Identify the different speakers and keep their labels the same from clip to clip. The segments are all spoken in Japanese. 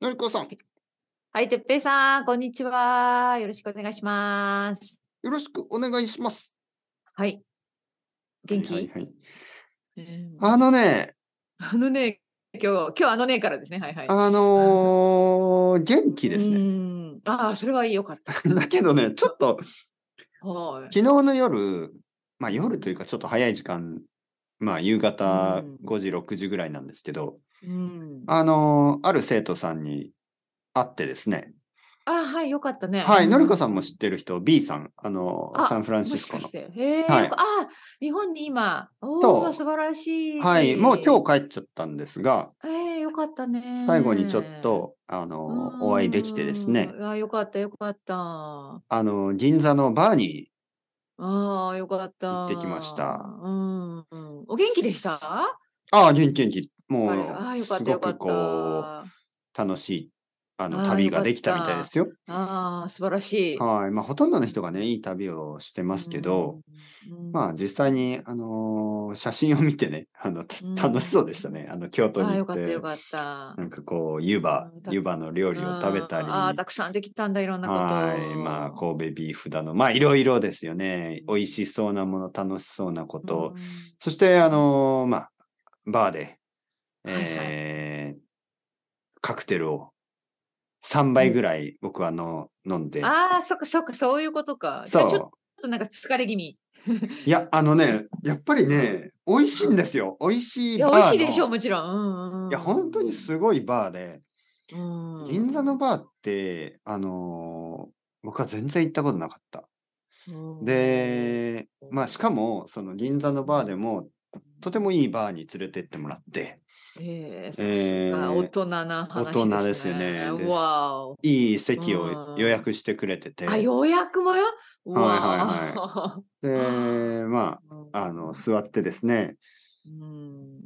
Speaker 1: のりこさん、
Speaker 2: はい、てっぺいさん、こんにちは。よろしくお願いします。
Speaker 1: よろしくお願いします。
Speaker 2: はい。元気、
Speaker 1: はいはいはい
Speaker 2: うん
Speaker 1: あのね、
Speaker 2: あのね、今日、今日あのねからですね。はいはい。
Speaker 1: あのー元気です
Speaker 2: う
Speaker 1: ね。
Speaker 2: んああ、それはいいよかった。
Speaker 1: だけどね、ちょっと
Speaker 2: はい。
Speaker 1: 昨日の夜、まあ夜というかちょっと早い時間、まあ夕方
Speaker 2: うん
Speaker 1: 5時、6時ぐらいなんですけど、
Speaker 2: うん、あ
Speaker 1: あのーある生徒さんに会ってですね、
Speaker 2: はい、よかったね。
Speaker 1: はい、
Speaker 2: うん
Speaker 1: のりこさんも知ってる人、B さん、あのー
Speaker 2: あ
Speaker 1: サンフランシ
Speaker 2: も
Speaker 1: ス
Speaker 2: し
Speaker 1: コ
Speaker 2: か
Speaker 1: の
Speaker 2: し。て。へえ、
Speaker 1: はい
Speaker 2: よかあ日本に今。お
Speaker 1: そ
Speaker 2: お、
Speaker 1: う
Speaker 2: 素晴らしい。
Speaker 1: はい、もう今日帰っちゃったんですが、
Speaker 2: ええよかったね。
Speaker 1: 最後にちょっと、あのーお会いできてですね
Speaker 2: う、ん。ああ、よかった、よかった。
Speaker 1: あのー銀座のバーに
Speaker 2: ああ、よかった。
Speaker 1: 行ってきました
Speaker 2: うんうん。お元気でした
Speaker 1: ああ、元気元気。も
Speaker 2: ああ、
Speaker 1: う、
Speaker 2: よかっ
Speaker 1: す
Speaker 2: た、よ
Speaker 1: ご
Speaker 2: か
Speaker 1: く
Speaker 2: った。
Speaker 1: こう、楽しい、あ
Speaker 2: あ
Speaker 1: の、
Speaker 2: あ
Speaker 1: 旅
Speaker 2: よか
Speaker 1: が
Speaker 2: った
Speaker 1: できたみたいですよ。
Speaker 2: ああ、素晴らしい。
Speaker 1: はい。まあ、ほとんどの人がね、いい旅をしてますけど、
Speaker 2: うん、うん
Speaker 1: まあ、実際に、あのー写真を見てね、あの、つ
Speaker 2: うん
Speaker 1: 楽しそうでしたね。あの、京都
Speaker 2: ああ、
Speaker 1: に行
Speaker 2: よ
Speaker 1: っ
Speaker 2: かった、よ
Speaker 1: て、
Speaker 2: かった。
Speaker 1: なんかこう、湯葉
Speaker 2: うん、た
Speaker 1: 湯葉の料理を食べたり、
Speaker 2: うんああ、たくさんできたんだ、いろんなこと。
Speaker 1: はい。まあ、神戸ビーフだの、まあ、いろいろですよね。美味しそうなもの、楽しそうなこと。
Speaker 2: うん
Speaker 1: そして、あのーまあ、バーで、
Speaker 2: はいはい
Speaker 1: えーカクテルを3杯ぐらい僕はの、飲んで、
Speaker 2: ああ、そっかそっか、そういうことか。じゃあちょ
Speaker 1: そ
Speaker 2: っとなんか疲れ気味。
Speaker 1: う。いや、あのね、やっぱりね、美味しいんですよ。美味しい
Speaker 2: い
Speaker 1: バー
Speaker 2: や、美
Speaker 1: の。
Speaker 2: 味しいでしょう、もちろん。うんうん、
Speaker 1: いや、本当にすごいバーで、
Speaker 2: うん
Speaker 1: 銀座のバーって、あのー僕は全然行ったことなかった。
Speaker 2: うん
Speaker 1: で、まあ、しかも、その銀座のバーでも、とてもいいバーに連れてってもらって、
Speaker 2: えー、さ
Speaker 1: え
Speaker 2: すが
Speaker 1: ー
Speaker 2: 大人な話ですね。
Speaker 1: 大人ですよねです
Speaker 2: わお。
Speaker 1: いい席
Speaker 2: う
Speaker 1: を
Speaker 2: ん
Speaker 1: 予約してくれてて。
Speaker 2: あ、予約もよ。
Speaker 1: はいはい
Speaker 2: は
Speaker 1: で、まあ、あの、座ってですね、
Speaker 2: うん、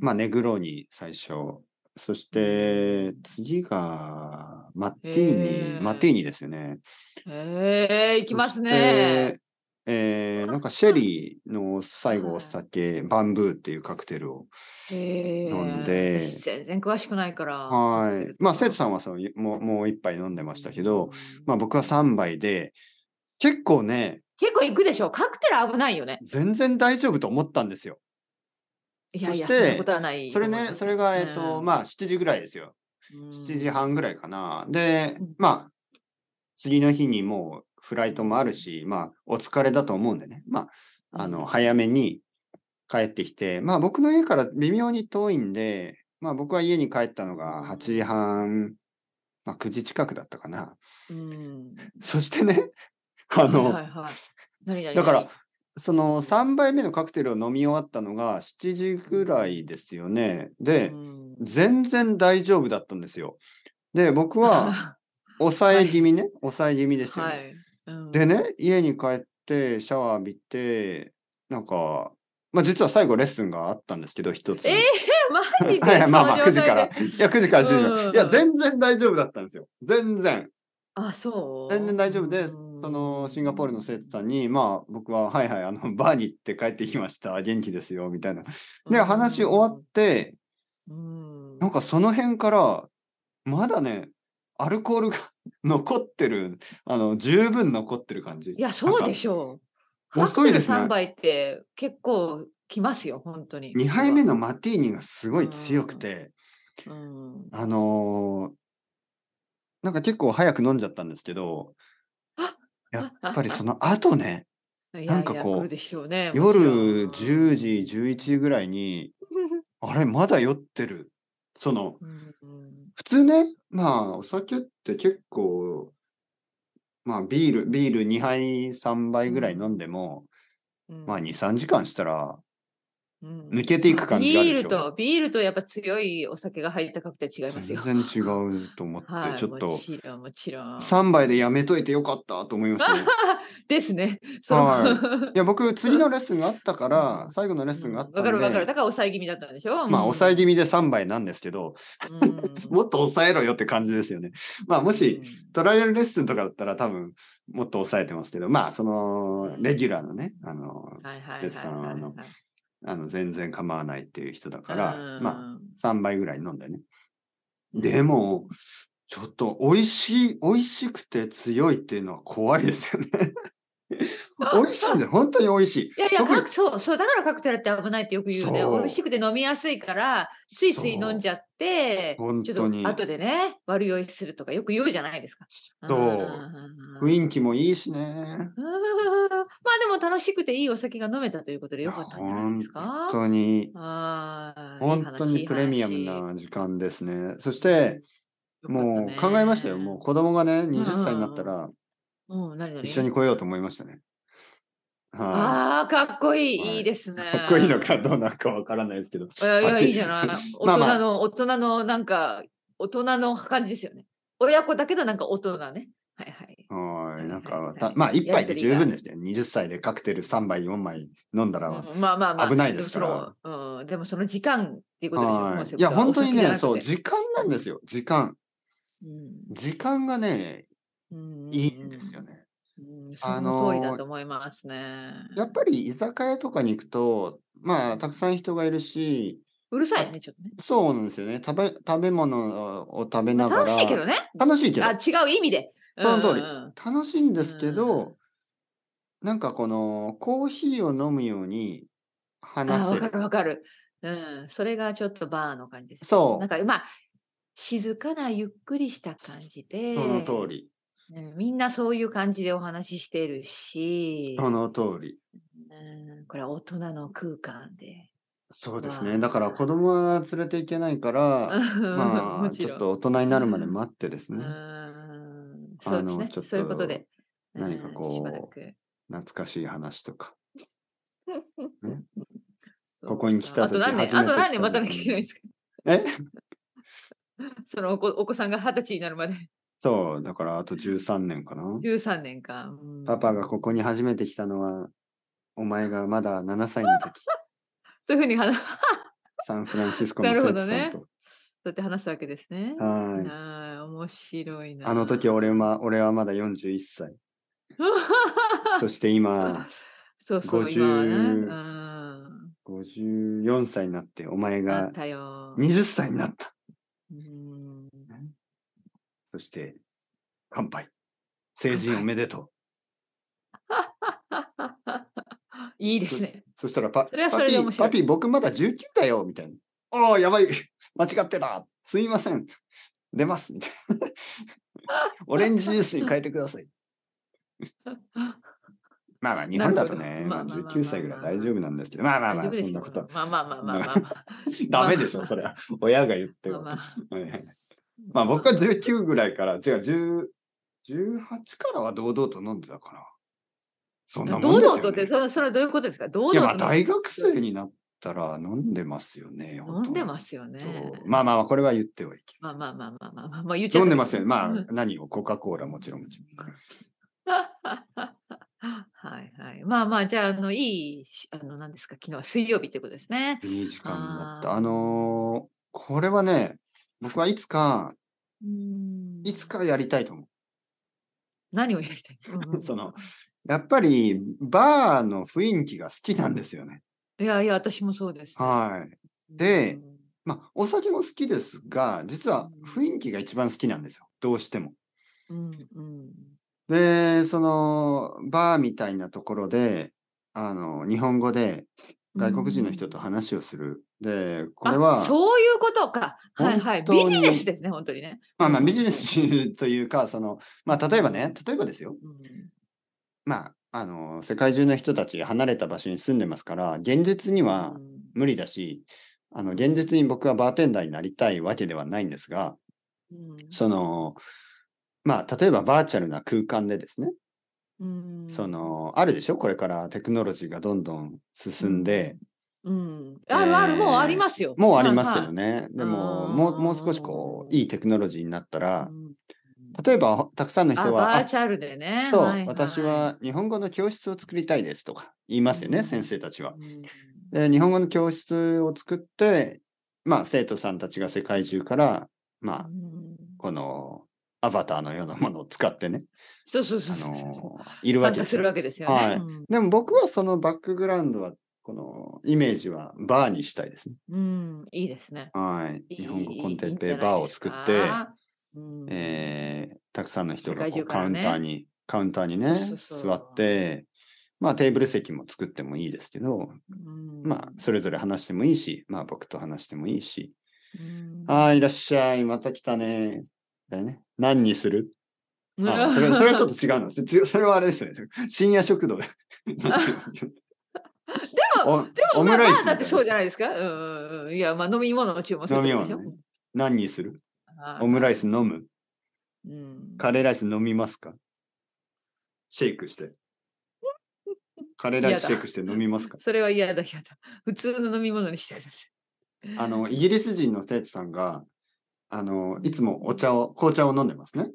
Speaker 1: まあ、ネグローニ最初、そして、次が、マッティー
Speaker 2: へ
Speaker 1: ニ、
Speaker 2: ー
Speaker 1: マッティーニですよね。
Speaker 2: えー、行きます
Speaker 1: そし
Speaker 2: ね
Speaker 1: て。。えー、なんかシェリーの最後
Speaker 2: はい
Speaker 1: お酒、バンブーっていうカクテルを。
Speaker 2: えー
Speaker 1: 飲んで
Speaker 2: 私全然詳しくないから。
Speaker 1: はい。まあ、生徒さん
Speaker 2: は
Speaker 1: はそのもうもう一杯飲んでましたけど、、まあ、僕は3杯で、結構ね、
Speaker 2: 結構行くでしょ。カクテル危ないよね。
Speaker 1: 全然大丈夫と思ったんですよ。
Speaker 2: いやいや、
Speaker 1: そ
Speaker 2: そ
Speaker 1: して
Speaker 2: んなことはない
Speaker 1: そ
Speaker 2: と
Speaker 1: れ
Speaker 2: 思い
Speaker 1: ね
Speaker 2: ます。、
Speaker 1: それが、えっ、と、
Speaker 2: うん
Speaker 1: まあ、7時ぐらいですよ。7時。半ぐらいかな。で
Speaker 2: うん、
Speaker 1: まあ、次の日にもうフライトもあるし、まあ、お疲れだと思うんでね、まあ、あ
Speaker 2: うん
Speaker 1: の、早めに帰ってきて、まあ、僕の家から微妙に遠いんで、まあ、僕は家に帰ったのが8時半、まあ、9時近くだったかな。
Speaker 2: うん。
Speaker 1: そしてね、あ
Speaker 2: はい
Speaker 1: の、
Speaker 2: はいはい。何々
Speaker 1: だから
Speaker 2: 何々、
Speaker 1: その3杯目のカクテルを飲み終わったのが7時ぐらいですよね。で
Speaker 2: う、ん
Speaker 1: 全然大丈夫だったんですよ。で、僕 は、抑え気味ね、抑え気味ですよ、ね
Speaker 2: はい。うん
Speaker 1: で ね、家に帰って、シャワー浴びて、なんか、まあ実は最後レッスンがあったんですけど、一つ。
Speaker 2: えマジで
Speaker 1: はいはいまあまあ
Speaker 2: その
Speaker 1: 9時
Speaker 2: 状態で
Speaker 1: から。いや、9時から10時、
Speaker 2: うん
Speaker 1: いや、全然大丈夫だったんですよ。全然。
Speaker 2: あ、そう。
Speaker 1: 全然大丈夫で、そ
Speaker 2: うん
Speaker 1: のシンガポールの生徒さんに、まあ僕は、はいはい、あの、バーに行って帰ってきました。元気ですよ、みたいな。で、話終わって、
Speaker 2: うん
Speaker 1: なんかその辺から、まだね、アルコールが 残ってる、あの、十分残ってる感じ。
Speaker 2: いや、そうで
Speaker 1: ょ
Speaker 2: しょう。
Speaker 1: 遅いですね
Speaker 2: カクテル3杯って結構きますよ、本当に。
Speaker 1: 2杯目のマティーニがすごい強くて、
Speaker 2: うん。
Speaker 1: あのーなんか結構早く飲んじゃったんですけど
Speaker 2: あ、
Speaker 1: やっぱりその後ね、
Speaker 2: いやいや
Speaker 1: なんかこう
Speaker 2: 来るでしょうね、もち
Speaker 1: 夜
Speaker 2: ろん
Speaker 1: 10時、11時ぐらいに、あれ、まだ酔ってる。その、
Speaker 2: うんうん
Speaker 1: 普通ね、まあ、お酒って結構、まあ、ビール、ビール2杯、3杯ぐらい飲んでも、
Speaker 2: うん
Speaker 1: まあ、2、3時間したら、
Speaker 2: うん
Speaker 1: 抜けていく感じがあるでしょ
Speaker 2: ビールと、ビールとやっぱ強いお酒が入ったカクテル違います
Speaker 1: 全
Speaker 2: よ。
Speaker 1: 然違うと思って、
Speaker 2: はい、
Speaker 1: ちょっ
Speaker 2: も
Speaker 1: と、
Speaker 2: ちろん、もちろん。
Speaker 1: 3杯でやめといてよかったと思いま したね。
Speaker 2: ですね。その
Speaker 1: はいいや、僕、次のレッスンがあったか
Speaker 2: う
Speaker 1: ら
Speaker 2: ん、
Speaker 1: 最後のレッスンがあった ん
Speaker 2: わか
Speaker 1: で、
Speaker 2: るわかる。だから抑え気味だったんでしょ
Speaker 1: まあ、抑え気
Speaker 2: 味。
Speaker 1: 味で3杯なんですけど、
Speaker 2: うん
Speaker 1: もっと抑えろよって感じですよね。まあ、もし、、トライアルレッスンとかだったら多分、もっと抑えてますけど、まあ、その、レギュラーのね、あの
Speaker 2: う、んはいはいはい
Speaker 1: 哲さんはあの
Speaker 2: はい
Speaker 1: あの全然構わないっていう人だから、まあ、
Speaker 2: うん
Speaker 1: 3杯ぐらい飲んでね。でも、ちょっと美味しい、美味しくて強いっていうのは怖いですよね。美味しいんです。本当に美味しい。
Speaker 2: いやいや、
Speaker 1: 特に
Speaker 2: かそう、そう、だからカクテルって危ないってよく言うね。
Speaker 1: そう
Speaker 2: 美味しくて飲みやすいから、ついつい飲んじゃって、
Speaker 1: そう本
Speaker 2: ちょっ
Speaker 1: 当に
Speaker 2: と後でね、悪酔いするとかよく言うじゃないですか。
Speaker 1: そうん
Speaker 2: んんん
Speaker 1: 雰囲気もいいしね。
Speaker 2: うん まあでも楽しくていいお酒が飲めたということでよかったんじゃないですか
Speaker 1: 本。当に、
Speaker 2: あーいい
Speaker 1: 本
Speaker 2: 話
Speaker 1: 当にプレミアム
Speaker 2: いい
Speaker 1: な時間ですね。そして、
Speaker 2: 話
Speaker 1: も
Speaker 2: よ
Speaker 1: う
Speaker 2: かったね
Speaker 1: 考えましたよ。もう子供がね、20歳になったら
Speaker 2: うん、何々
Speaker 1: 一緒に来ようと思いましたね。は
Speaker 2: ああ、かっこいい、
Speaker 1: はい
Speaker 2: い、いですね。
Speaker 1: い。かっこいいのかどうなのかわからないですけど。
Speaker 2: いやいや、
Speaker 1: 先
Speaker 2: いいじゃない。大
Speaker 1: まあまあ
Speaker 2: 人の、大人の、なんか、大人の感じですよね。親子だけど、なんか大人ね。はいはい。
Speaker 1: はい。なん
Speaker 2: は
Speaker 1: か
Speaker 2: い、
Speaker 1: たまあ一杯で十分ですね。20歳でカクテル3杯、4杯飲んだらは。
Speaker 2: うんまあまあまあ。
Speaker 1: 危ないですから
Speaker 2: もそのうん、でもその時間っていうことでしょ
Speaker 1: は
Speaker 2: もう
Speaker 1: い
Speaker 2: それ
Speaker 1: いや、本当に
Speaker 2: お
Speaker 1: ね、
Speaker 2: 酒じゃなくて
Speaker 1: そう、時間なんですよ。時間。時間がね、
Speaker 2: うん
Speaker 1: いいんですよ。ね。
Speaker 2: うんうん
Speaker 1: あ
Speaker 2: そ
Speaker 1: の
Speaker 2: の通りだと思いますね。
Speaker 1: やっぱり居酒屋とかに行くと、まあ、たくさん人がいるし、
Speaker 2: うるさいね、ちょっとね。
Speaker 1: そうなんですよね。食べ、食べ物を食べながら。
Speaker 2: 楽しいけどね。
Speaker 1: 楽しいけど
Speaker 2: あ、違う意味で。
Speaker 1: その通り
Speaker 2: うんうん
Speaker 1: 楽しいんですけ
Speaker 2: う
Speaker 1: ど、なんかこの、コーヒーを飲むように
Speaker 2: あ
Speaker 1: 話せ
Speaker 2: わか
Speaker 1: る。
Speaker 2: るわかる。うん、それがちょっとバーの感じですね。
Speaker 1: そう
Speaker 2: なんかまあ静かなゆっくりした感じで、
Speaker 1: その通り。
Speaker 2: うんみんなそういう感じでお話ししてるし、
Speaker 1: その通り。
Speaker 2: うん、これは大人の空間で。
Speaker 1: そうです
Speaker 2: わ
Speaker 1: ね。
Speaker 2: あ
Speaker 1: だから子供は連れていけない から、ま
Speaker 2: も
Speaker 1: あ、
Speaker 2: ち
Speaker 1: ちょ
Speaker 2: ろ
Speaker 1: っ
Speaker 2: ん。
Speaker 1: と大人になるまで待ってです
Speaker 2: う
Speaker 1: ね。
Speaker 2: ん、そう
Speaker 1: あ
Speaker 2: です
Speaker 1: のちょ
Speaker 2: ね。
Speaker 1: っと
Speaker 2: そういうことで。
Speaker 1: 何か
Speaker 2: うん
Speaker 1: こう
Speaker 2: しばらく
Speaker 1: 懐かしい話とか。
Speaker 2: そう
Speaker 1: ここに来た
Speaker 2: あと何
Speaker 1: 時初
Speaker 2: 年、
Speaker 1: め
Speaker 2: あ
Speaker 1: て来
Speaker 2: と何年
Speaker 1: た
Speaker 2: 待
Speaker 1: 時
Speaker 2: たなきゃいけないんですか
Speaker 1: え
Speaker 2: そのお子お子さんが二十歳になるまで。
Speaker 1: そう、だからあと13年かな。
Speaker 2: 13年間。うん
Speaker 1: パパがここに初めて来たのは、お前がまだ7歳の 時、
Speaker 2: そういうふうに話、
Speaker 1: サンフランシスコの
Speaker 2: な
Speaker 1: 生
Speaker 2: るほ
Speaker 1: 徒
Speaker 2: ど
Speaker 1: さん
Speaker 2: ね。
Speaker 1: と。
Speaker 2: そうやって話すわけですね。
Speaker 1: はーい。
Speaker 2: ああ、面白いな。
Speaker 1: あの時俺は俺はまだ41歳。 そして今、
Speaker 2: そうそう、
Speaker 1: 50
Speaker 2: 今はね。うん。
Speaker 1: 54歳になって、お前
Speaker 2: あ
Speaker 1: が
Speaker 2: ったよ。
Speaker 1: 20歳になった。
Speaker 2: うん
Speaker 1: そして、乾杯。成人おめでとう。
Speaker 2: いいですね。
Speaker 1: そしたらパ、
Speaker 2: それはそ
Speaker 1: パ
Speaker 2: れ
Speaker 1: ピ
Speaker 2: で
Speaker 1: ー
Speaker 2: 面白い
Speaker 1: パピー、僕まだ19だよ、みたいな。ああ、やばい。 間違ってた。すいません。出ます。みたい な。オレンジジュースに変えてください。まあまあ、日本だとね、ま
Speaker 2: な
Speaker 1: あ
Speaker 2: るほどまあまあまあまあ
Speaker 1: 19歳ぐらい大丈夫なんですけど、まあまあまあ、
Speaker 2: 大丈夫で
Speaker 1: そん
Speaker 2: し
Speaker 1: な
Speaker 2: ょ
Speaker 1: ことは
Speaker 2: う。まあまあまあまあまあまあ。
Speaker 1: ダメでしょ、それは。親が言って
Speaker 2: まあ
Speaker 1: も。
Speaker 2: まあ
Speaker 1: はいはいまあ僕は19ぐらいから、違う、10 18からは堂々と飲んでたかな。そんなも
Speaker 2: 堂
Speaker 1: んで
Speaker 2: 々
Speaker 1: す
Speaker 2: と
Speaker 1: よ、
Speaker 2: って、
Speaker 1: ね。
Speaker 2: それそれはどういうことですか堂
Speaker 1: いやま
Speaker 2: 々
Speaker 1: あ
Speaker 2: と
Speaker 1: 大学生になったら飲んでますよね。
Speaker 2: 飲んでますすよね。
Speaker 1: まあまあまあこれは言ってはいけ
Speaker 2: まあまあまあまあまあまあ、まあ、言っちゃ
Speaker 1: ない。飲
Speaker 2: った
Speaker 1: んでますよね。ま
Speaker 2: う
Speaker 1: あ
Speaker 2: ん
Speaker 1: 何をコカ・コーラもちろんもちろん。
Speaker 2: はいはい。まあまあ、じゃあ、あの、いいし、あの、何ですか、昨日は水曜日ってことですね。
Speaker 1: いい時間だった。
Speaker 2: あー
Speaker 1: あのーこれはね、僕はいつか、いつ。かやりたいと思
Speaker 2: 何をやりたい、うんう
Speaker 1: う。
Speaker 2: ん
Speaker 1: その、やっぱりバーの雰囲気が好きなんですよね。
Speaker 2: いやいや、私もそうです、
Speaker 1: はい。でまあお酒も好きですが、実は雰囲気が一番好きなんですよ。どうしても。
Speaker 2: うんうん。
Speaker 1: で、その、バーみたいなところで、あの、日本語で外国人の人と話をする。で、これは
Speaker 2: あ、そういうことか。はいはい。
Speaker 1: 本当に
Speaker 2: ビジネスですね、本当にね。
Speaker 1: まあまあビジネスというか、その、まあ例えばね、例えばですよ。
Speaker 2: うん
Speaker 1: まあ、あの、世界中の人たち離れた場所に住んでますから、現実には
Speaker 2: うん
Speaker 1: 無理だし、あの、現実に僕はバーテンダーになりたいわけではないんですが、
Speaker 2: うん
Speaker 1: その、まあ、例えばバーチャルな空間でですね、
Speaker 2: うん
Speaker 1: その、あるでしょこれからテクノロジーがどんどん進んで、
Speaker 2: うん。あるある、
Speaker 1: えー
Speaker 2: もうありますよ。
Speaker 1: もうありますけど
Speaker 2: ね。
Speaker 1: ね。でも、
Speaker 2: あー
Speaker 1: もう、もう少しこう、いいテクノロジーになった
Speaker 2: は
Speaker 1: ら
Speaker 2: い、うん
Speaker 1: 例えば、たくさんの
Speaker 2: あ、
Speaker 1: 人は、
Speaker 2: バ
Speaker 1: あ
Speaker 2: ーチャルでね。
Speaker 1: そう、
Speaker 2: はいい
Speaker 1: 私は日本語の教室を作りたいですとか言いますよね、
Speaker 2: うん
Speaker 1: 先生たちは
Speaker 2: う。ん
Speaker 1: で、日本語の教室を作って、まあ、生徒さんたちが世界中から、まあ
Speaker 2: う、ん
Speaker 1: この、アバターのようなものを使って ね、
Speaker 2: そうそうそ
Speaker 1: あ
Speaker 2: うそうそう。
Speaker 1: の、いるわ
Speaker 2: 参
Speaker 1: け
Speaker 2: 加
Speaker 1: です
Speaker 2: す
Speaker 1: よ
Speaker 2: るわけですよね。
Speaker 1: はい
Speaker 2: うん
Speaker 1: でも僕はそのバックグラウンドはこのイメージはバーにしたいですね。
Speaker 2: うん、いいですね。
Speaker 1: はい。
Speaker 2: いい
Speaker 1: 日本語コンテン
Speaker 2: いい
Speaker 1: ペ
Speaker 2: んじゃ
Speaker 1: バー
Speaker 2: な
Speaker 1: を
Speaker 2: いです
Speaker 1: 作
Speaker 2: か
Speaker 1: って、
Speaker 2: うん
Speaker 1: えーたくさんの人が
Speaker 2: 世界
Speaker 1: こう
Speaker 2: 中か
Speaker 1: カウ
Speaker 2: ら
Speaker 1: ン
Speaker 2: ね
Speaker 1: ターに、カウンターにね
Speaker 2: そうそうそう
Speaker 1: 座って、まあテーブル席も作ってもいいですけど、
Speaker 2: うん
Speaker 1: まあそれぞれ話してもいいし、まあ僕と話してもいいし、
Speaker 2: うん
Speaker 1: ああ、いらっしゃい、また来たね。だよね。何にする
Speaker 2: うん
Speaker 1: あそれそれはちょっと違 うの。それそれはあれですよね。深夜食堂で。なんていう
Speaker 2: でも
Speaker 1: の
Speaker 2: でも
Speaker 1: オム
Speaker 2: まあま
Speaker 1: ライ
Speaker 2: あ
Speaker 1: スみた
Speaker 2: だっ
Speaker 1: い
Speaker 2: て
Speaker 1: な
Speaker 2: そうじゃないですか。うんうんうん。いやまあ飲み物の注文するってことでしょ
Speaker 1: 飲み物ね何にする
Speaker 2: はい
Speaker 1: オムライス飲む
Speaker 2: うん
Speaker 1: カレーライス飲みますかシェイク して。カレーライ
Speaker 2: や
Speaker 1: ス
Speaker 2: だ
Speaker 1: シェイクして飲みますか
Speaker 2: それは嫌だ嫌だ。普通の飲み物にしてください。
Speaker 1: あの、イギリス人の生徒さんが、あの、いつもお茶を、紅茶を飲んでますね。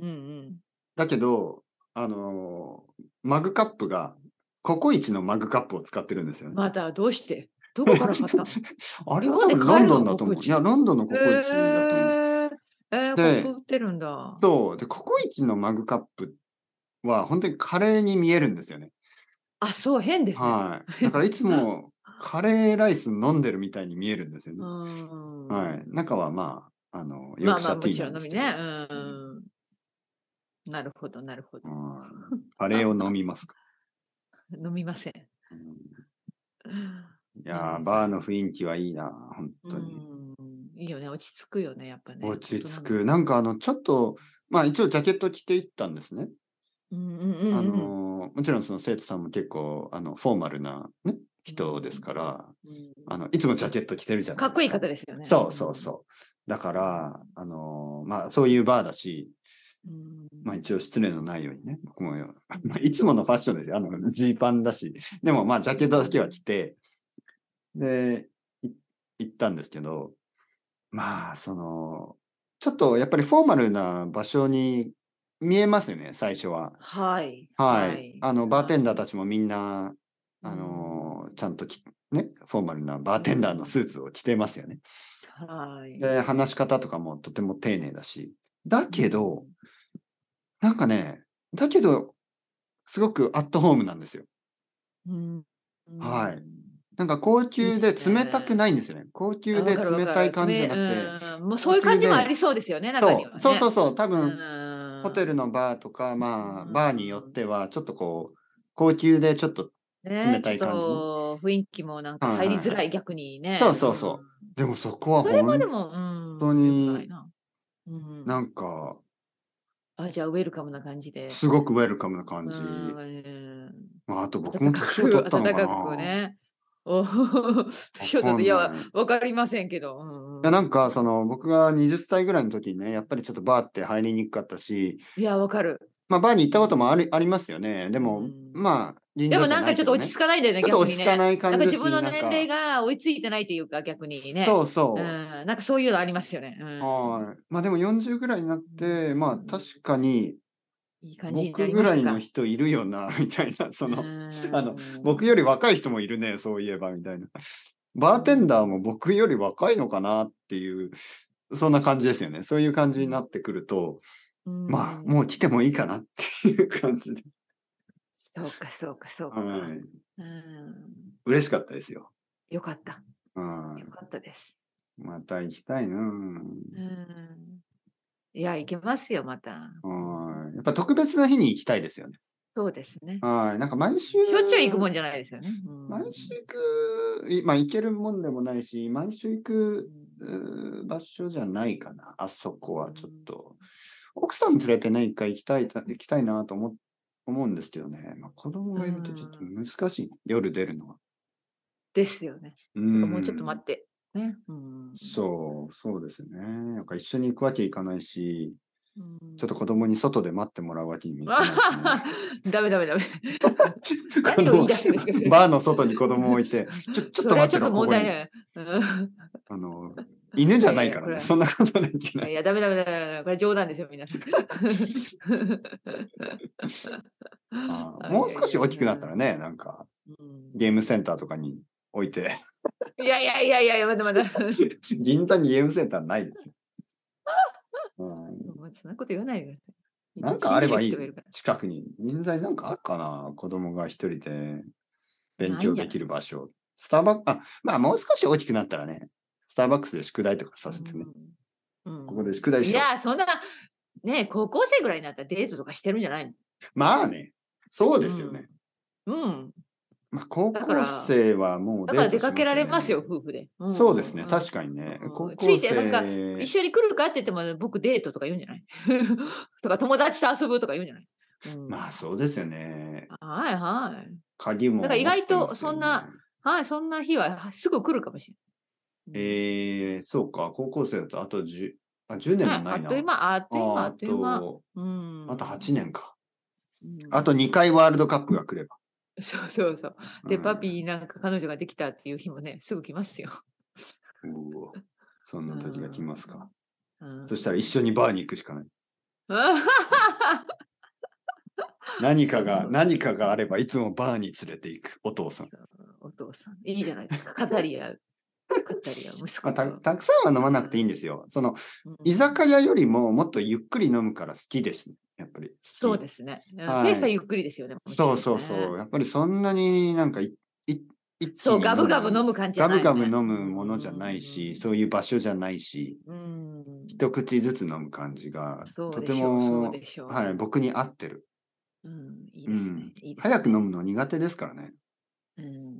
Speaker 2: うんうん。
Speaker 1: だけど、あの、マグカップが、ココイチのマグカップを使ってるんですよね。
Speaker 2: まだどうしてどこから 買ったの
Speaker 1: あれは多
Speaker 2: 日本で
Speaker 1: 分ロ
Speaker 2: 買え
Speaker 1: ン
Speaker 2: るの
Speaker 1: ドンだと思う。
Speaker 2: ココイ
Speaker 1: い
Speaker 2: チ
Speaker 1: や、ロンドンのココイチだと思う。
Speaker 2: えー、えー、こ
Speaker 1: で
Speaker 2: こ売ってるんだ。
Speaker 1: そう。で、ココイチのマグカップは本当にカレーに見えるんですよね。
Speaker 2: あ、そう、変ですね。
Speaker 1: はい。だからいつもカレーライス飲んでるみたいに見えるんですよね。
Speaker 2: うん
Speaker 1: はい。中はまあ、あの、ヨー
Speaker 2: まあ
Speaker 1: クシャ
Speaker 2: まあ、
Speaker 1: ー
Speaker 2: も
Speaker 1: ティ
Speaker 2: ち
Speaker 1: ーなん
Speaker 2: ろん
Speaker 1: で
Speaker 2: 飲
Speaker 1: す
Speaker 2: み
Speaker 1: けど
Speaker 2: ね。うん。なるほど、なるほど。
Speaker 1: うんカレーを飲みますか。
Speaker 2: 飲みません。
Speaker 1: うん
Speaker 2: うん
Speaker 1: いやー、バーの雰囲気はいいな、本当に。
Speaker 2: いいよね、落ち着くよね、やっぱね。
Speaker 1: 落ち着
Speaker 2: 大人の。
Speaker 1: く。なんかあの、ちょっと、まあ一応ジャケット着ていったんですね。
Speaker 2: うんうんうんうん、
Speaker 1: あのーもちろんその生徒さんも結構あのフォーマルな、ね、人ですから、
Speaker 2: うん
Speaker 1: あのいつもジャケット着てるじゃないですか。
Speaker 2: かっこいい方ですよね。
Speaker 1: そうそうそう。だから、あのーまあそういうバーだし、
Speaker 2: うん。
Speaker 1: まあ一応失礼のないようにね、僕も、まあ、いつものファッションですよ。あの、ジーパンだし、でもまあジャケットだけは着て、で、い行ったんですけど、まあその、ちょっとやっぱりフォーマルな場所に見えますよね、最初は。
Speaker 2: はい。
Speaker 1: はい。あの、バーテンダー
Speaker 2: だ。
Speaker 1: たちもみんな、あのーちゃんとき、ね、フォーマルなバーテンダーのスーツを着てますよね。
Speaker 2: はい。
Speaker 1: で、話し方とかもとても丁寧だし。だけど、なんかね、だけど、すごくアットホームなんですよ。
Speaker 2: うん、うん
Speaker 1: はい。なんか高級で冷たくないんですよね。高級で冷たい感じじゃなくて。
Speaker 2: て、うんもうそういう感じもありそうですよね、中には、ね。
Speaker 1: そうそう
Speaker 2: う
Speaker 1: そうそう、多分、
Speaker 2: ん
Speaker 1: ホテルのバーとか、まあ、
Speaker 2: うん
Speaker 1: バーによっては、ちょっとこう、高級でちょっと、
Speaker 2: ね
Speaker 1: 冷たい感じ
Speaker 2: ちょっと雰囲気もなんか入りづらい、
Speaker 1: はいはい
Speaker 2: 逆にね。
Speaker 1: そうそうそでもそこは
Speaker 2: それも
Speaker 1: 本
Speaker 2: でも、うん、
Speaker 1: 当に
Speaker 2: 良くないなうん、
Speaker 1: なんか、
Speaker 2: あじゃあウェルカムな感じで。
Speaker 1: すごくウェルカムな感じ。
Speaker 2: うん
Speaker 1: まあ、あと僕も
Speaker 2: 暖か
Speaker 1: 年を取
Speaker 2: く、
Speaker 1: ったの
Speaker 2: 暖
Speaker 1: か
Speaker 2: かく
Speaker 1: な。
Speaker 2: ね。お年
Speaker 1: わかん
Speaker 2: を取った
Speaker 1: ないい
Speaker 2: や、わかりませんけど。うんう
Speaker 1: いやなんかその僕が20歳ぐらいの時にねやっぱりちょっとバーって入りにくかったし、
Speaker 2: いや、わかる。
Speaker 1: まあ、バーに行ったこともありありますよねでも、
Speaker 2: うん
Speaker 1: まあ銀
Speaker 2: で
Speaker 1: 座
Speaker 2: も
Speaker 1: じ
Speaker 2: な
Speaker 1: ゃ
Speaker 2: ん
Speaker 1: な
Speaker 2: か
Speaker 1: い
Speaker 2: ち
Speaker 1: け
Speaker 2: ょっと
Speaker 1: ど、
Speaker 2: 落
Speaker 1: ね、
Speaker 2: ち着かないんだよね、
Speaker 1: ちょっと
Speaker 2: 逆
Speaker 1: 落
Speaker 2: に
Speaker 1: ち着か
Speaker 2: ね。
Speaker 1: ない感
Speaker 2: な
Speaker 1: じ
Speaker 2: んか
Speaker 1: だし
Speaker 2: 自分の年齢
Speaker 1: なんか
Speaker 2: が追いついてないというか、逆にね。
Speaker 1: そううそう、
Speaker 2: ん、なんかそういうのありますよね。うん、
Speaker 1: はいまあでも40ぐらいになってまあ
Speaker 2: うん
Speaker 1: 確かに
Speaker 2: いい感じにな
Speaker 1: 僕
Speaker 2: り
Speaker 1: ぐ
Speaker 2: ま
Speaker 1: ら
Speaker 2: し
Speaker 1: い
Speaker 2: た
Speaker 1: の
Speaker 2: か。
Speaker 1: 人いるよなみたいなその、
Speaker 2: うん
Speaker 1: あの僕より若い人もいるねそういえばみたいなバーテンダーも僕より若いのかなっていうそんな感じですよねそういう感じになってくると、まあ、
Speaker 2: うん
Speaker 1: もう来てもいいかなっていう感じで。
Speaker 2: そうか、そうか、そうか。
Speaker 1: はい。
Speaker 2: うん
Speaker 1: 嬉しかったですよ。
Speaker 2: よかった。
Speaker 1: は
Speaker 2: よかったです。
Speaker 1: い。また行きたいな。
Speaker 2: うんいや、行けますよ、また。
Speaker 1: はい。やっぱ特別な日に行きたいですよね。
Speaker 2: そうですね。
Speaker 1: はい。なんか毎週。
Speaker 2: しょっちゅう行くもんじゃないですよね。うん
Speaker 1: 毎週行く、いまあ行けるもんでもないし、毎週行くうー場所じゃないかな。あそこはちょっと。奥さん連れてね、一回行きたいた、行きたいなと思思うんですけどね。まあ、子供がいるとちょっと難しい。夜出るのは。
Speaker 2: ですよね。
Speaker 1: うん
Speaker 2: もうちょっと待って。ね。うん
Speaker 1: そう、そうですね。なんか一緒に行くわけいかないし、
Speaker 2: うん
Speaker 1: ちょっと子供に外で待ってもらうわけにもいかない
Speaker 2: ダメダメダメ。
Speaker 1: し、ね
Speaker 2: 何を言い出してるんですかそれ
Speaker 1: バーの外に子供を置いて、ちょ、ちょっ
Speaker 2: そ
Speaker 1: と待っ
Speaker 2: れはち
Speaker 1: て
Speaker 2: ょっと
Speaker 1: ろ、ここ
Speaker 2: 問題
Speaker 1: に。
Speaker 2: ない。うん
Speaker 1: あの、犬じゃないからね、
Speaker 2: いやいやこれ
Speaker 1: そんなことないけないい。
Speaker 2: や、ダメダメダメダメ。これ冗談ですよ、皆さん。
Speaker 1: あーもう少し大きくなったらね、なんか
Speaker 2: うん
Speaker 1: ゲームセンターとかに置いて、
Speaker 2: いやいやいやいや、まだまだ。
Speaker 1: 銀座にゲームセンターない ですよ。うん
Speaker 2: そんなこと言わないでください。
Speaker 1: なんかあればいい
Speaker 2: 信じる人がるから。
Speaker 1: 近くに、銀座になんかあるかな、子供が一人で勉強できる場所。スターバック、あ、まあもう少し大きくなったらね、スターバックスで宿題とかさせてね、
Speaker 2: うんうん
Speaker 1: ここで宿題
Speaker 2: い
Speaker 1: しよ
Speaker 2: や、そんな、ね、高校生ぐらいになったらデートとかしてるんじゃないの
Speaker 1: う。まあね、そうですよね。
Speaker 2: うん。
Speaker 1: まあ高校
Speaker 2: だから
Speaker 1: 生はもう
Speaker 2: だか
Speaker 1: デ
Speaker 2: ら
Speaker 1: ート
Speaker 2: 出
Speaker 1: します
Speaker 2: かけられますよ、夫婦で。ん
Speaker 1: そうですね、
Speaker 2: ん
Speaker 1: 確かにね
Speaker 2: うん。
Speaker 1: 高校
Speaker 2: ついてなんか
Speaker 1: 生
Speaker 2: 一緒に来るかって言っても、僕デートとか言うんじゃない とか、友達と遊ぶとか言うんじゃない、うん
Speaker 1: まあそうですよね。
Speaker 2: はいはい。
Speaker 1: 鍵も、
Speaker 2: だから意外とそんな。はい、そんな日はすぐ来るかもしれない。
Speaker 1: えー、そうか、高校生だとあと 10, あ10年も
Speaker 2: は
Speaker 1: ないい
Speaker 2: あ
Speaker 1: な。
Speaker 2: っという間、あっという間、
Speaker 1: あ
Speaker 2: あ
Speaker 1: あ
Speaker 2: っという間。
Speaker 1: と、
Speaker 2: うん
Speaker 1: あと8年か。
Speaker 2: うん
Speaker 1: あと2回ワールドカップが来れば。
Speaker 2: そうそうそう。で、
Speaker 1: うん
Speaker 2: パピーなんか彼女ができたっていう日もね、すぐ来ますよ。
Speaker 1: うおそんな時が来ますか。
Speaker 2: うん
Speaker 1: そしたら一緒にバーに行くしかない。
Speaker 2: そ
Speaker 1: 何かが、
Speaker 2: そう
Speaker 1: 何かがあればいつもバーに連れて行くお父さん。
Speaker 2: う お父さん、いいじゃないですか。語 り合う。語り合う。
Speaker 1: ま
Speaker 2: 息子
Speaker 1: あ、た
Speaker 2: と
Speaker 1: たくさんは飲まなくていいんですよ。その
Speaker 2: うん
Speaker 1: 居酒屋よりももっとゆっくり飲むから好きですね。やっぱり。
Speaker 2: そう
Speaker 1: す
Speaker 2: ですね。うんペ
Speaker 1: はい
Speaker 2: ースはゆっくりですよね。もちろ
Speaker 1: そ
Speaker 2: ん
Speaker 1: う
Speaker 2: ね
Speaker 1: そうそう。やっぱりそんなになんかい、い、一気に
Speaker 2: そう、ガブガブ飲
Speaker 1: む。
Speaker 2: む感じじゃ
Speaker 1: ガ
Speaker 2: ない
Speaker 1: ブ
Speaker 2: よ
Speaker 1: ガ
Speaker 2: ね。
Speaker 1: ブ飲むものじゃないし、そういう場所じゃないし、
Speaker 2: うん。
Speaker 1: 一口ずつ飲む感じが、
Speaker 2: そ
Speaker 1: と
Speaker 2: う
Speaker 1: て
Speaker 2: でしょう。そう
Speaker 1: も、
Speaker 2: でしょう。
Speaker 1: はい、僕に合ってる。
Speaker 2: うん。いいですね。いいですね
Speaker 1: 早く飲むの苦手ですからね。
Speaker 2: うん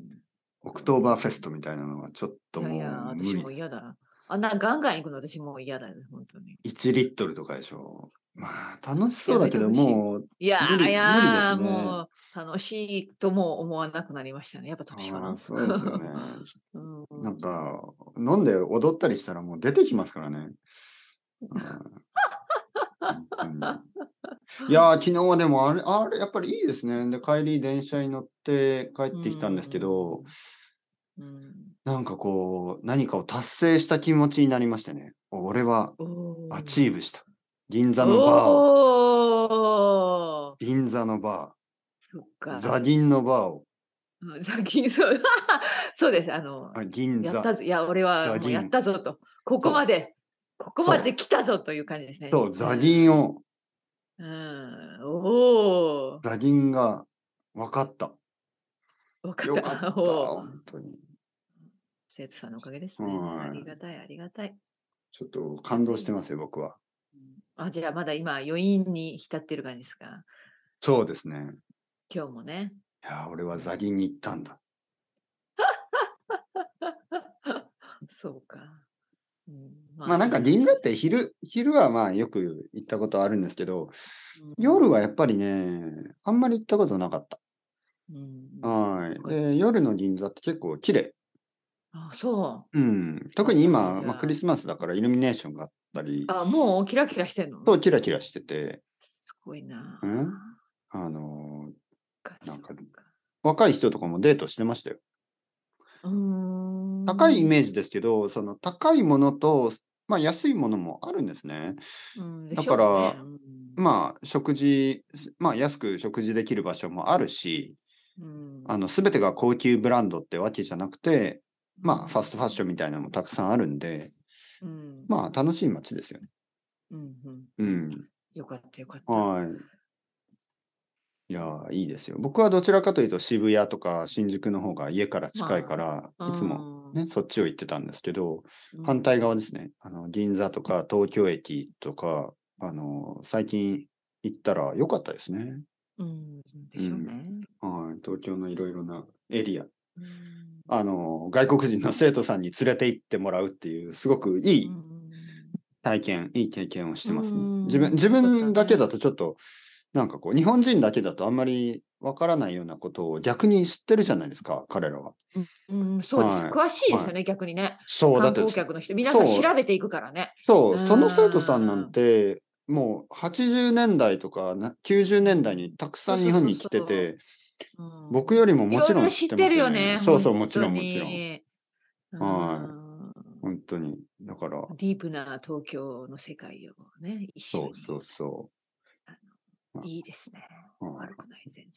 Speaker 1: オクトーバーフェストみたいなのはちょっと
Speaker 2: いや
Speaker 1: も
Speaker 2: いや、
Speaker 1: う
Speaker 2: 私
Speaker 1: 無
Speaker 2: も
Speaker 1: 理。
Speaker 2: 嫌だ。あんなガンガン行くの私もう嫌だよ、本当に。
Speaker 1: 1リットルとかでしょ。まあ、楽しそうだけど、
Speaker 2: いや
Speaker 1: もう、
Speaker 2: いや
Speaker 1: 無理無理
Speaker 2: ー、
Speaker 1: ですね
Speaker 2: いやー、もう楽しいとも思わなくなりましたね。やっぱ
Speaker 1: あ
Speaker 2: 年かな。
Speaker 1: ーそうですよね。
Speaker 2: うん
Speaker 1: なんか、飲んで踊ったりしたらもう出てきますからね。うん本当にい やー、昨日はでもあれ、あれ、やっぱりいいですね。で、帰り電車に乗って帰ってきたんですけど、、
Speaker 2: うん
Speaker 1: なんかこう、何かを達成した気持ちになりましてね。お俺は
Speaker 2: おー
Speaker 1: アチーブした。銀座のバーを、
Speaker 2: おー
Speaker 1: 銀座のバ
Speaker 2: そっ
Speaker 1: ー、
Speaker 2: か。
Speaker 1: ザ銀のバーを、
Speaker 2: うんザギン、そう。 そうです。あの、
Speaker 1: あ銀
Speaker 2: や
Speaker 1: 座
Speaker 2: った。ぞ。いや、俺
Speaker 1: ザ
Speaker 2: はも
Speaker 1: ギ
Speaker 2: う
Speaker 1: ン
Speaker 2: やったぞと。ここまで、ここまで来たぞという感じですね。
Speaker 1: と、ザ
Speaker 2: ン。
Speaker 1: 銀を、
Speaker 2: うん。お
Speaker 1: ザ銀が分かった。
Speaker 2: お。わか
Speaker 1: よ
Speaker 2: っ
Speaker 1: かった
Speaker 2: た。。おー
Speaker 1: 本当に。
Speaker 2: 生徒さんのおかげですね。
Speaker 1: はい
Speaker 2: ありがたい、ありがたい。
Speaker 1: ちょっと感動してますよ、僕は。
Speaker 2: あじゃあまだ今余韻に浸ってる感じですか
Speaker 1: そうですね。
Speaker 2: 今日もね。
Speaker 1: いやー、俺はザギンに行ったんだ。
Speaker 2: そうか。うん
Speaker 1: まあなんか銀座って昼、昼はまあよく行ったことあるんですけど、夜、はやっぱりね、あんまり行ったことなかった。
Speaker 2: うんうん
Speaker 1: はい。で、夜の銀座って結構綺麗。
Speaker 2: あそう。
Speaker 1: うん。特に
Speaker 2: そうな
Speaker 1: 今、
Speaker 2: んだ
Speaker 1: まあ、クリスマスだからイルミネーションがあったり、
Speaker 2: あもうキラキラしてんの
Speaker 1: とキラキラしてて、
Speaker 2: すごいな。
Speaker 1: うん
Speaker 2: そっ
Speaker 1: あのー
Speaker 2: か
Speaker 1: なんか
Speaker 2: そっ
Speaker 1: 若い人とかもデートしてましたよ。
Speaker 2: うーん
Speaker 1: 高いイメージですけど、その高いものと、まあ安いものもあるんですね。
Speaker 2: うんで
Speaker 1: だ
Speaker 2: しょう
Speaker 1: から
Speaker 2: ねうん
Speaker 1: まあ食事、まあ安く食事できる場所もあるし、
Speaker 2: うん
Speaker 1: あの、すべてが高級ブランドってわけじゃなくて、まあ、ファストファッションみたいなのもたくさんあるんで、
Speaker 2: うん
Speaker 1: まあ、楽しい街ですよね。
Speaker 2: うん
Speaker 1: う
Speaker 2: うん
Speaker 1: ん。
Speaker 2: よかったよかった。
Speaker 1: はい。いやー、いいですよ。僕はどちらかというと渋谷とか新宿の方が家から近いから、いつも、ね、そっちを行ってたんですけど、
Speaker 2: うん、
Speaker 1: 反対側ですね。あの、銀座とか東京駅とか、あの、最近行ったら良かったですね。
Speaker 2: うん。でしょうね。
Speaker 1: はい。東京のいろいろなエリア。
Speaker 2: うん
Speaker 1: あの、外国人の生徒さんに連れて行ってもらうっていう、すごくいい
Speaker 2: うん
Speaker 1: 体験、いい経験をしてますね
Speaker 2: うーん。
Speaker 1: 自分、自
Speaker 2: そうだね
Speaker 1: 分だけだとちょっと、なんかこう、日本人だけだとあんまりわからないようなことを逆に知ってるじゃないですか、彼らは。
Speaker 2: うん、そうです。
Speaker 1: はい
Speaker 2: 詳しいですよね、逆にね。
Speaker 1: そう、だ
Speaker 2: 観
Speaker 1: って、
Speaker 2: 光客の人、皆さん
Speaker 1: そう
Speaker 2: 調べていくからね。
Speaker 1: そう、
Speaker 2: うーん
Speaker 1: その生徒さんなんて、もう80年代とかな90年代にたくさん日本に来て
Speaker 2: そうそう
Speaker 1: て、
Speaker 2: うん、
Speaker 1: 僕よりももちろん
Speaker 2: いろいろ
Speaker 1: 知っ
Speaker 2: 知ってて
Speaker 1: ます
Speaker 2: る
Speaker 1: よ
Speaker 2: よ
Speaker 1: ね
Speaker 2: ね。。
Speaker 1: そうそう、もちろんもちろん。
Speaker 2: ろ
Speaker 1: はい
Speaker 2: ん。
Speaker 1: 本当に。だから、
Speaker 2: ディープな東京の世界をね、一緒
Speaker 1: そう
Speaker 2: に
Speaker 1: そうそ
Speaker 2: いいですね。
Speaker 1: う。はい
Speaker 2: 悪くない、全